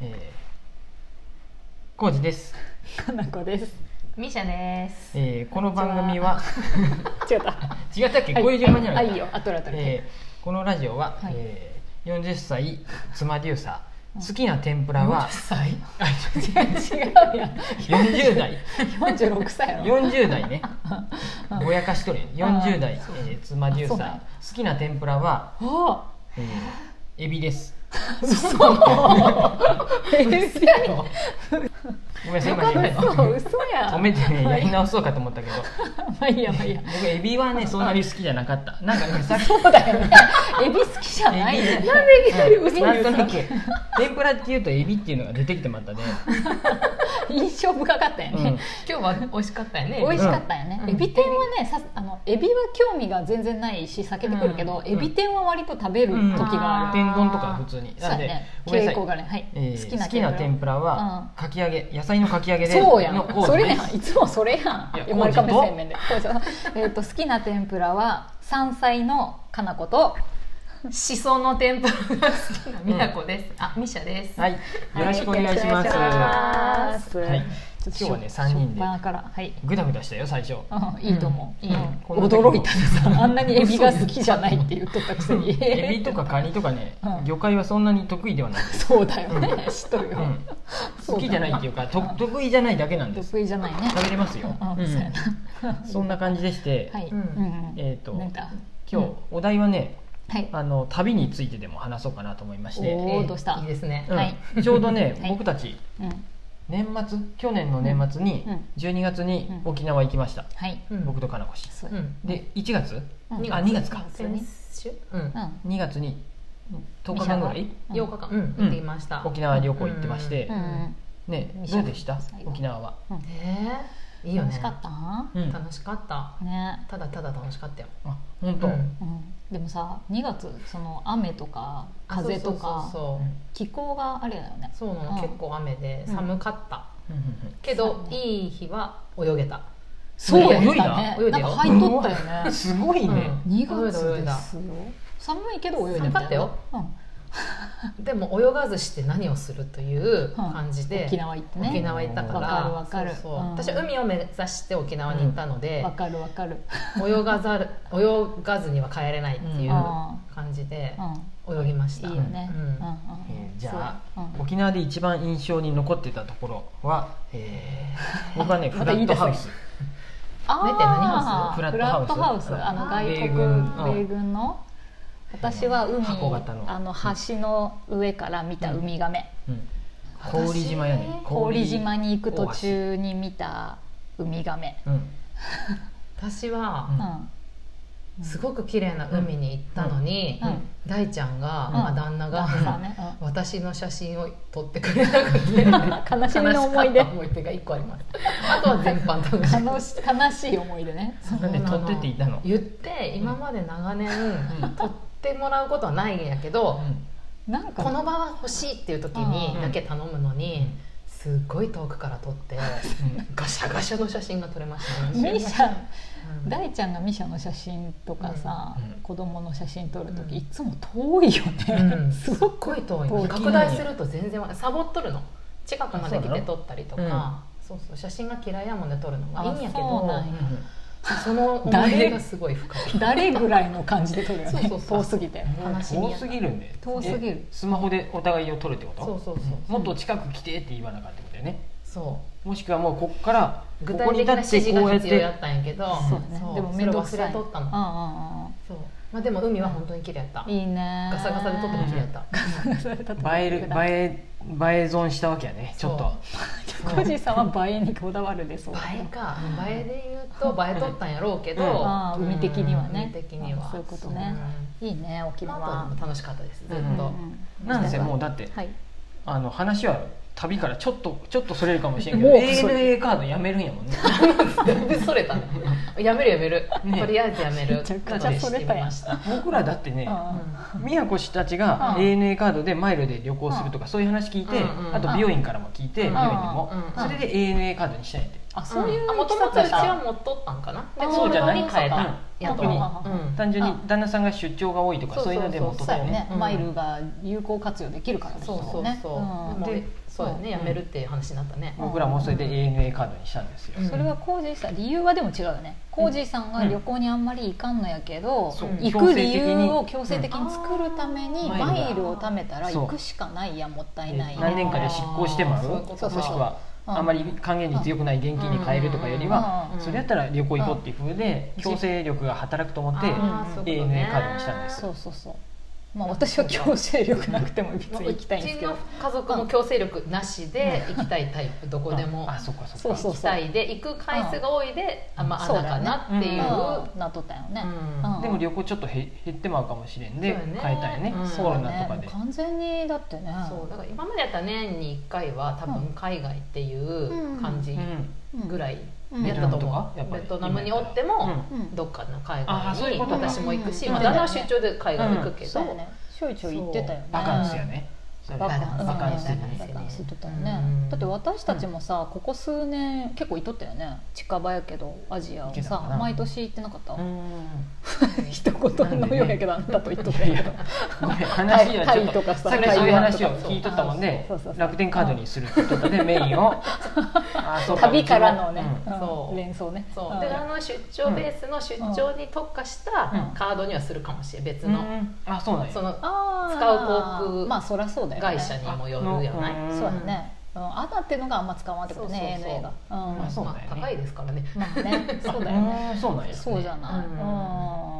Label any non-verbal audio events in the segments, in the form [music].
えー、コウジです、かなこです。ミシャです。えー、この番組は違った。違ったっけ、こういう順番じゃないあ、いいよ。あとらとら。えーこのラジオは、はいえー、40歳妻デューサー好きな天ぷらは40歳あ違う違うやん。 40代四十六歳やろ。 40代ねぼやかしとるやんあー40代、えー、妻デューサそうなんーや好きな天ぷらは、あえー、エビですあ、嘘。嘘やろ。ごめんなさいよかった今嘘嘘やん。褒めてねやりま直そうかと思ったけどあいいやまあいいや。僕エビはねそんなに好きじゃなかったなんかねさっきそうだよね。エビ好きじゃないエビね。なんでいきなりうん [laughs] 嘘なんと言うなのく。天ぷらっていうとエビっていうのが出てきてまったね、印象深かったようんね。今日は美味しかったよね。美味しかったよね、うんエビ天はねさあのエビは興味が全然ないし避けてくるけど、うんエビ天は割と食べる時がある、天丼とか普通にそうなんやでねごめんなさ傾い向がね、はいえー好きな好きな天天ぷぷらはかき揚げ野菜のかき揚げらでそうやのんコースそれでねすいつもそれやいやん生まれか目こうじ線面でこうじゃえー、と好きな天ぷらは山菜のかな子としその天ぷらが好きなみなこです。あ、ミシャです。はいよろしくお願いします、ははいちょっと今日はね三人でしょっぱなからはいグダグダしたよ最初うんいいと思う、うんうんうんこの時も驚いたでさあんなにエビが好きじゃないって言っとったくせにエビとかカニとかね、うん魚介はそんなに得意ではない、そうだよね、知っとるうよ、ん、そ好うだねきじゃないっていうかと得意じゃないだけなんです得意じゃないね食べれますよ、うんうんそうやそんな感じでして、はい、うんうんえっ、とな今んか日、うんお題はねはいあの旅についてでも話そうかなと思いましおて、ーどうしたいいですね。うんはい [laughs] ちょうどね、はい僕たちうん年末去年の年末に、うんうん12月にうん沖縄行きました、はいうん僕とかなこ氏そうううんん。で1月うんあ2月かそうね週うんう。 2月に10日間ぐらいん8日間うん行っていました。沖縄旅行行ってまして、うんうんねうんどうでした最後沖縄は、ねえいいよ楽ね。しかったうん楽しかった。ねただただ楽しかったよ。あ本当、うんうんでもさ2月その雨とかあ風とそうかそう気候があれだよねそうそうなの。うん結構雨で寒かった。うんうんけどいい日は泳げた。そうや泳いっただね泳いなだんよか入っとったようねん [laughs] すごいね、 2泳いだ月泳いでだすよ寒いけど泳いで寒かったようんでも泳がずして何をするという感じで、沖縄行ってね沖縄行ったからわかるわかるそうそううん私は海を目指して沖縄に行ったのでわ、かるわかる泳がざる泳がずには帰れないっていううん感じでう泳ぎました、んいいよねうんうんうんえーじゃあ、そううん沖縄で一番印象に残ってたところは、えー僕はねフまラた言ッいト出ハすウスあなんて何ハウスーフラットハウスフラットハウスあの外米国軍の米軍の私は海箱型のあの橋の上から見たウミガメ、うん氷島やね氷島に行く途中に見たウミガメ、うん私うはんすごく綺麗な海に行ったのに、うん大ちゃんが、うんまあ、旦那が、そうね私の写真を撮ってくれなくてうん [laughs] 悲しみの思い出悲しかった思い出が一個ありますあとは全般楽しかった悲し悲しい思い出ねなんで撮ってって言ったの言って今まで長年、うん撮ってもらうことはないんやけど、なんかこの場は欲しいっていう時うにんだけ頼むのに、すっごい遠くから撮って、うガシャガシャの写真が撮れましたねミシャうん大ちゃんがミシャの写真とかさ、うんうん子供の写真撮る時、うんいつも遠いよね、うんすすっごくごい遠い遠いの拡大すると全然わサボっとるの近くあまでそう来なての撮ったりとうんかそうそう写真が嫌いやもんで撮るのがいいんやけあそうなんどやその思い出がすごい [laughs] 深い誰ぐらいの感じで撮るよねそうそうそう遠すぎて話うんに遠すぎるんで遠すぎえるスマホでお互いを撮るってことそうそうそうもっと近く来てって言わなかったってことだよねそうもしくはもうこっから具こ体こに的立なっ指て示こうがやっ必要やてったんやけどそうだねそうでも面倒くさいそれを忘れとったののそう、まあ、でも海は本当に綺麗やったいいねガサガサで撮っても綺麗やった映え [laughs] る映え映え損したわけやねちょっとコジさんは映えにこだわるでそう映えか映えで言うと映え撮ったんやろうけど、うんああうん海的にはね海的にはあそういうことねいいね沖うんまああ縄と楽しかったですずっと、うんなんせもうだってはいあの話は旅からちょっとちょっとそれるかもしれんもうけどそ ANA カードやめるんやもんねだ [laughs] いぶそれたねやめるやめる、ねとりあえずやめるめちゃくちゃそれたやんことにしてみました僕らだってねあ宮古氏たちがうん ANA カードでマイルで旅行するとかそういう話聞いてうんうんあと美容院からも聞いてう美ん容院でもうんそれで ANA カードにしたいんやってあそういうもともとうちは持っとったんかなあでーそうじゃない変えあたーやとあ思ーうあーうん単純に旦那さんが出張が多いとかそうそういうのでもそ取ったそううよよねね、うんマイルが有効活用できるからですそうそもうんねそう、うんでもでそうだねやめるっていう話になったね、うん僕らもそれで ANA カードにしたんですよ、うんそれはコージーさん理由はでも違うよねコージーさんが旅行にあんまり行かんのやけど、そう行く理由を強制的に作るためにうんマイルを貯めたらそう行くしかないやんもったいないやん何年かで執行してもらうそういうこかともしくはあんまり還元率良くない現金に変えるとかよりは、うんそれやったら旅行行こうっていうふうでうん強制力が働くと思って、あーそういうこと ANA カードにしたんですそうそうそうまあ私は強制力なくても別に行きたいんですけうどちの家族も強制力なしで行きたいタイプどこでもああそっかそっかそうそう行きたいで行く回数が多いであまあそう穴だかねなっていううんなっとったんよね、うんうんでも旅行ちょっとへ減ってまうかもしれんでそうよね変えたいねうんコロナとかでもう完全にだってねそうだから今までやったら年に1回は多分海外っていう感じうんぐらいうんやったとベトナムと思かう、やっぱベりトナムにおっても、うんどっかの海あそう外いうにことか私も行くし、うんまあ、旦那は出張で海外行くけど、そうやねちょいちょい行ってたよねバカンスやねうバカンスバカンスだにねバカンス行っとったよね、うんだって私たちもさここ数年結構行っとったよね近場やけどアジア行をけたかなさ毎年行ってなかった、うん一言のようやけどあんたと言っとったけどごめん話はちょっタイととかささっきそういう話を台湾とか聞いとったもんでそうそうそう楽天カードにするってこと [laughs] でメインをあそう [laughs] 旅からのね、ううんそう連想ねそううんであの出張ベースの出張に特化したうんカードにはするかもしれん別んうのんあそうなんやそのあー使う航空まあそりゃそうだよね会社にもよるやないあのんそうやね、うん、アナっていうのがあんま使わんってことねそうそ ANA うそうが、うんあそうだよねまあ高いですからねまあねそうだよねうんそうなんやそうじゃない、うん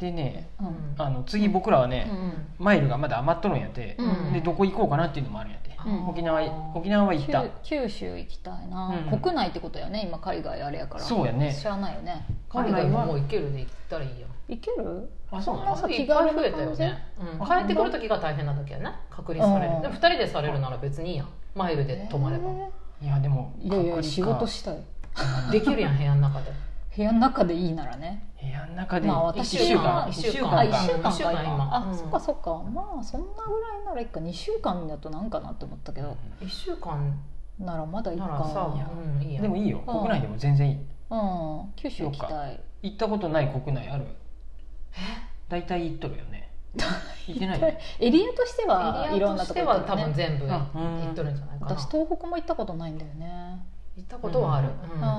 でねうんうんあの次僕らはねうんマイルがまだ余っとるんやてうんでどこ行こうかなっていうのもあるんやてうん沖縄沖縄は行った九九州行きたいな、うん国内ってことやね今海外あれやからそうやね知らないよね海外はもう行けるで行ったらいいやん行けるあそうなのそんなすごいいっぱい増えたよね、うんあ帰ってくる時が大変なだけやね隔離されうんるでも2人でされるなら別にいいやんマイルで泊まれば、いやでもえーいやいや仕事ししたいできるやん部屋の中で部屋の中でいいならね部屋の中でまあ1私週間は一一週間あか一週間一週間か今今あ、うんそっかそっかまあそんなぐらいならいいか2週間だとなんかなって思ったけど1週間ならまだいいならさか、うん、いいやんでもいいようん国内でも全然いいうん九州行きたい行ったことない国内ある大体行っとるよね行ってないよね [laughs] エリアとしてはエいリろアんとなとこして行はって多るね分全部うん行っとるんじゃないかな私行東北も行ったことないんだよねったことはあるううんな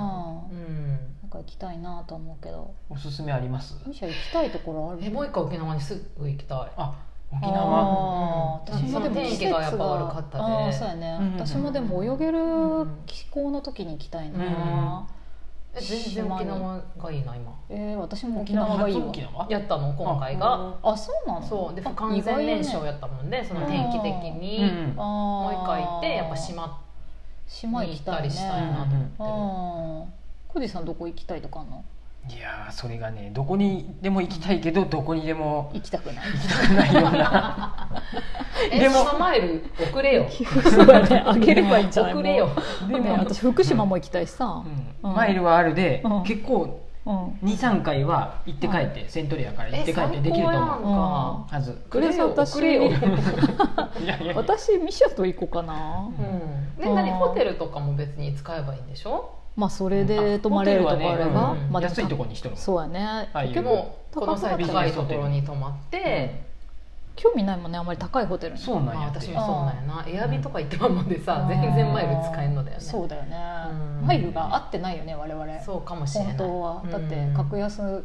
んか行きたいなと思うけどおすすめありますミシャ行きたいところあるえもう一回沖縄にすぐ行きたいあ沖縄あーうん私もでもその天気がやっぱ悪かったであーそうやね、うんうんうん私もでも泳げるうん気候の時に行きたいなう、え全然沖縄がいいな今えー私も沖沖縄縄がい初いわ沖縄やったの今回があそうなのそうであ不完意外全やね燃焼やったもんでそのうん天気的うにんあーもう一回行ってやっぱ島島行にき行ったたいりねしたいなあとあ思っーコジさんどこ行きたいとかあんのいやーそれがねどこにでも行きたいけどどこにでも行きたくない行きたくないよう [laughs] なてるでえも島マイル送れよそうやねあげればいいんじゃない送れよでね、も私福島も行きたいしさ、ううんんマイルはあるでうん結構うん23回は行って帰ってセントリアから行って帰ってできると思うう思は [laughs] ずとりあえず私送れ [laughs] よいやいやいや私ミシャと行こうかな、うで何ホテルとかも別に使えばいいんでしょまあそれで泊まれるとこあれば、ホテルはねうんまあでも安いとこにしとるもんそうやねああいう結構もうこの際高いところに泊まって、興味ないもんねあんまり高いホテルにそうなんまあ、や私てもそうなんやなエアビとか行ったままでさ全然マイル使えんのだよねそうだよね、うんマイルが合ってないよね我々そうかもしれない本当はうんだって格安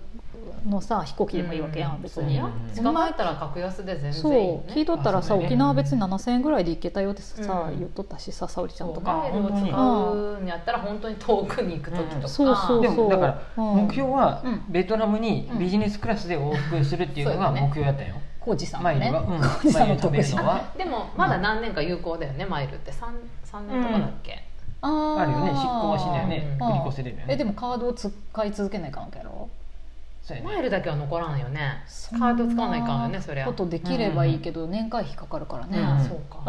のさ飛行機でもいいわけやん、別に、そううん時間があったら格安で全然いいそうよ聞いねとったらあそさ、うだね沖縄別に7000円ぐらいで行けたよってさ、うん言っとったしさ沙織ちゃんとかかマイルを使うんやったら本当に遠くに行く時とかそうそうそうでもだからうん目標はうんベトナムにビジネスクラスで往復するっていうのがうんそうだね目標やったんよ浩二さんマはイねルはうん浩二さんの特殊マイル食べるのはでもまだ何年か有効だよねマイルって 3, 三年とかだっけ、 [laughs] あーあるよね執行はしないよねうん繰り越せれるよえでねもカードを使い続けないかんわけやろそうやマねイルだけは残らんよねそんカード使わないかんよねそりゃことできればいいけど、年会費かかるからね、ううんんそうか、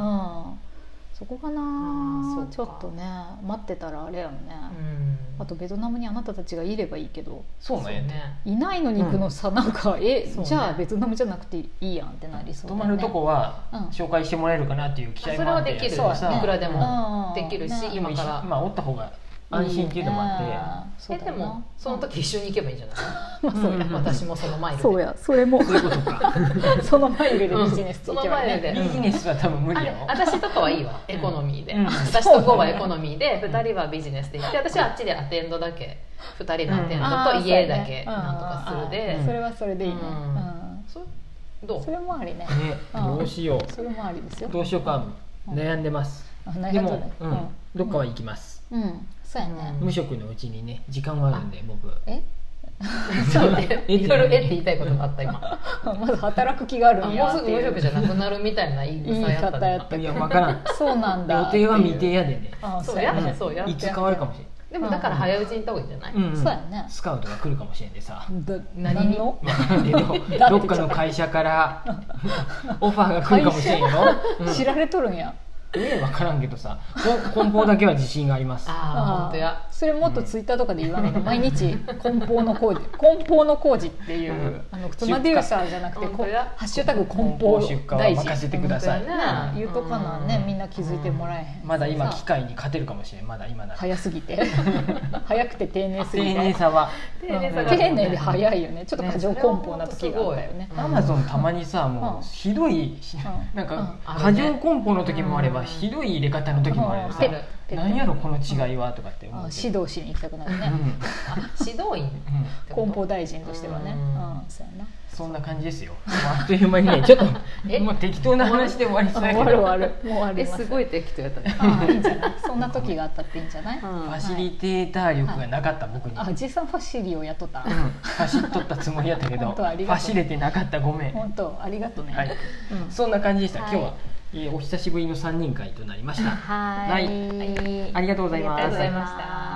そこかなあーそうかちょっとね待ってたらあれやよね、うんあとベトナムにあなたたちがいればいいけどそうなんやていないのに行くのさ、なんかえ、そうねじゃあベトナムじゃなくていいやんってなりそうだ泊よねまるとこはうん紹介してもらえるかなっていう期それ待もあはってできるそうよだねいくらでもうんできるし、ねでも今一からまあおった方が安心っていうのもああーそえうだでよなもその時一緒に行けばいいんじゃない [laughs] まあうんそうや、ん私もそのマイルでそうやそれも [laughs] ってそういうことか [laughs] そのマイルでうんビジネスってそいけのばマいいイルね、で、ビジネスは多分無理あれやろ私とかはいいわうんエコノミーで、うん私とこうはエコノミーで2人はビジネスで行って私はあっちでアテンドだけ2人のアテンあドーと家だけそうやねなんとかするうんでうんうんそれはそれでいいね、うんうんそどうそれもありねねどうしよそれもありですようどうしようか悩んでますあなでるほどもね、うんどっかは行きますうん、うんそうやね、無職のうちにね時間はあるんで僕え [laughs] そうねえ [laughs] いろいろえって言いたいことがあった今まだ働く気があるあんもやうすぐ無職じゃなくなるみたいな言い草やっ言いた方やっなたいや分からんそうなんだ予定は未定やでねあそうそうややねねそうやいつ変わるかもしでもだから早打ちに行った方がいいんじゃない、れんんそうやねスカウトが来るかもしれんで [laughs] さだ何何のわからんけどどっかの会社からオファーが来るかもしれんよ、うん知られとるんや、ね分からんけどさこ梱包だけは自信がありますああ本当やそれもっとツイッターとかで言わないと、毎日梱包の工事梱包の工事っていう、うんあのプロデューサーじゃなくて出荷こ本当うやハッシュタグ梱梱包包出荷は大任せ臣てください本当やね言うとかなねみんな気づいてもらえへんまだ今機さ械に勝てるかもしれんまだ今なら早すぎて早くて丁寧すぎ丁て寧さは丁寧さが丁寧で早いよねちょっと過剰梱包な時があったよねねアマゾンたまにさうもんうひどいしうんなんかうん過剰�ం包の時もあれうばんひどい入れ方の時もあればペさッペッ何やろこの違いはとかって思あうけ指ど導しに行きたくなるうねんあ指導員ってうんこと梱包大臣としてはねううんんそうやなそんな感じですよもうあっという間にねちょっえともう適当な話で終わりそうやあけ終どわる終わるもうありえますすごい適当やったね、あいいんじゃないそんな時があったっていいんじゃないファシリテーター力がなかった僕にあじいさんファシリを雇ったうん走っとったつもりやったけど本当ありがとう走れてなかったごめん、は本当ありがとねい、うんそんな感じでした、はい今日は、えーお久しぶりの3人会となりましたははーいありがとうございますありがとうございました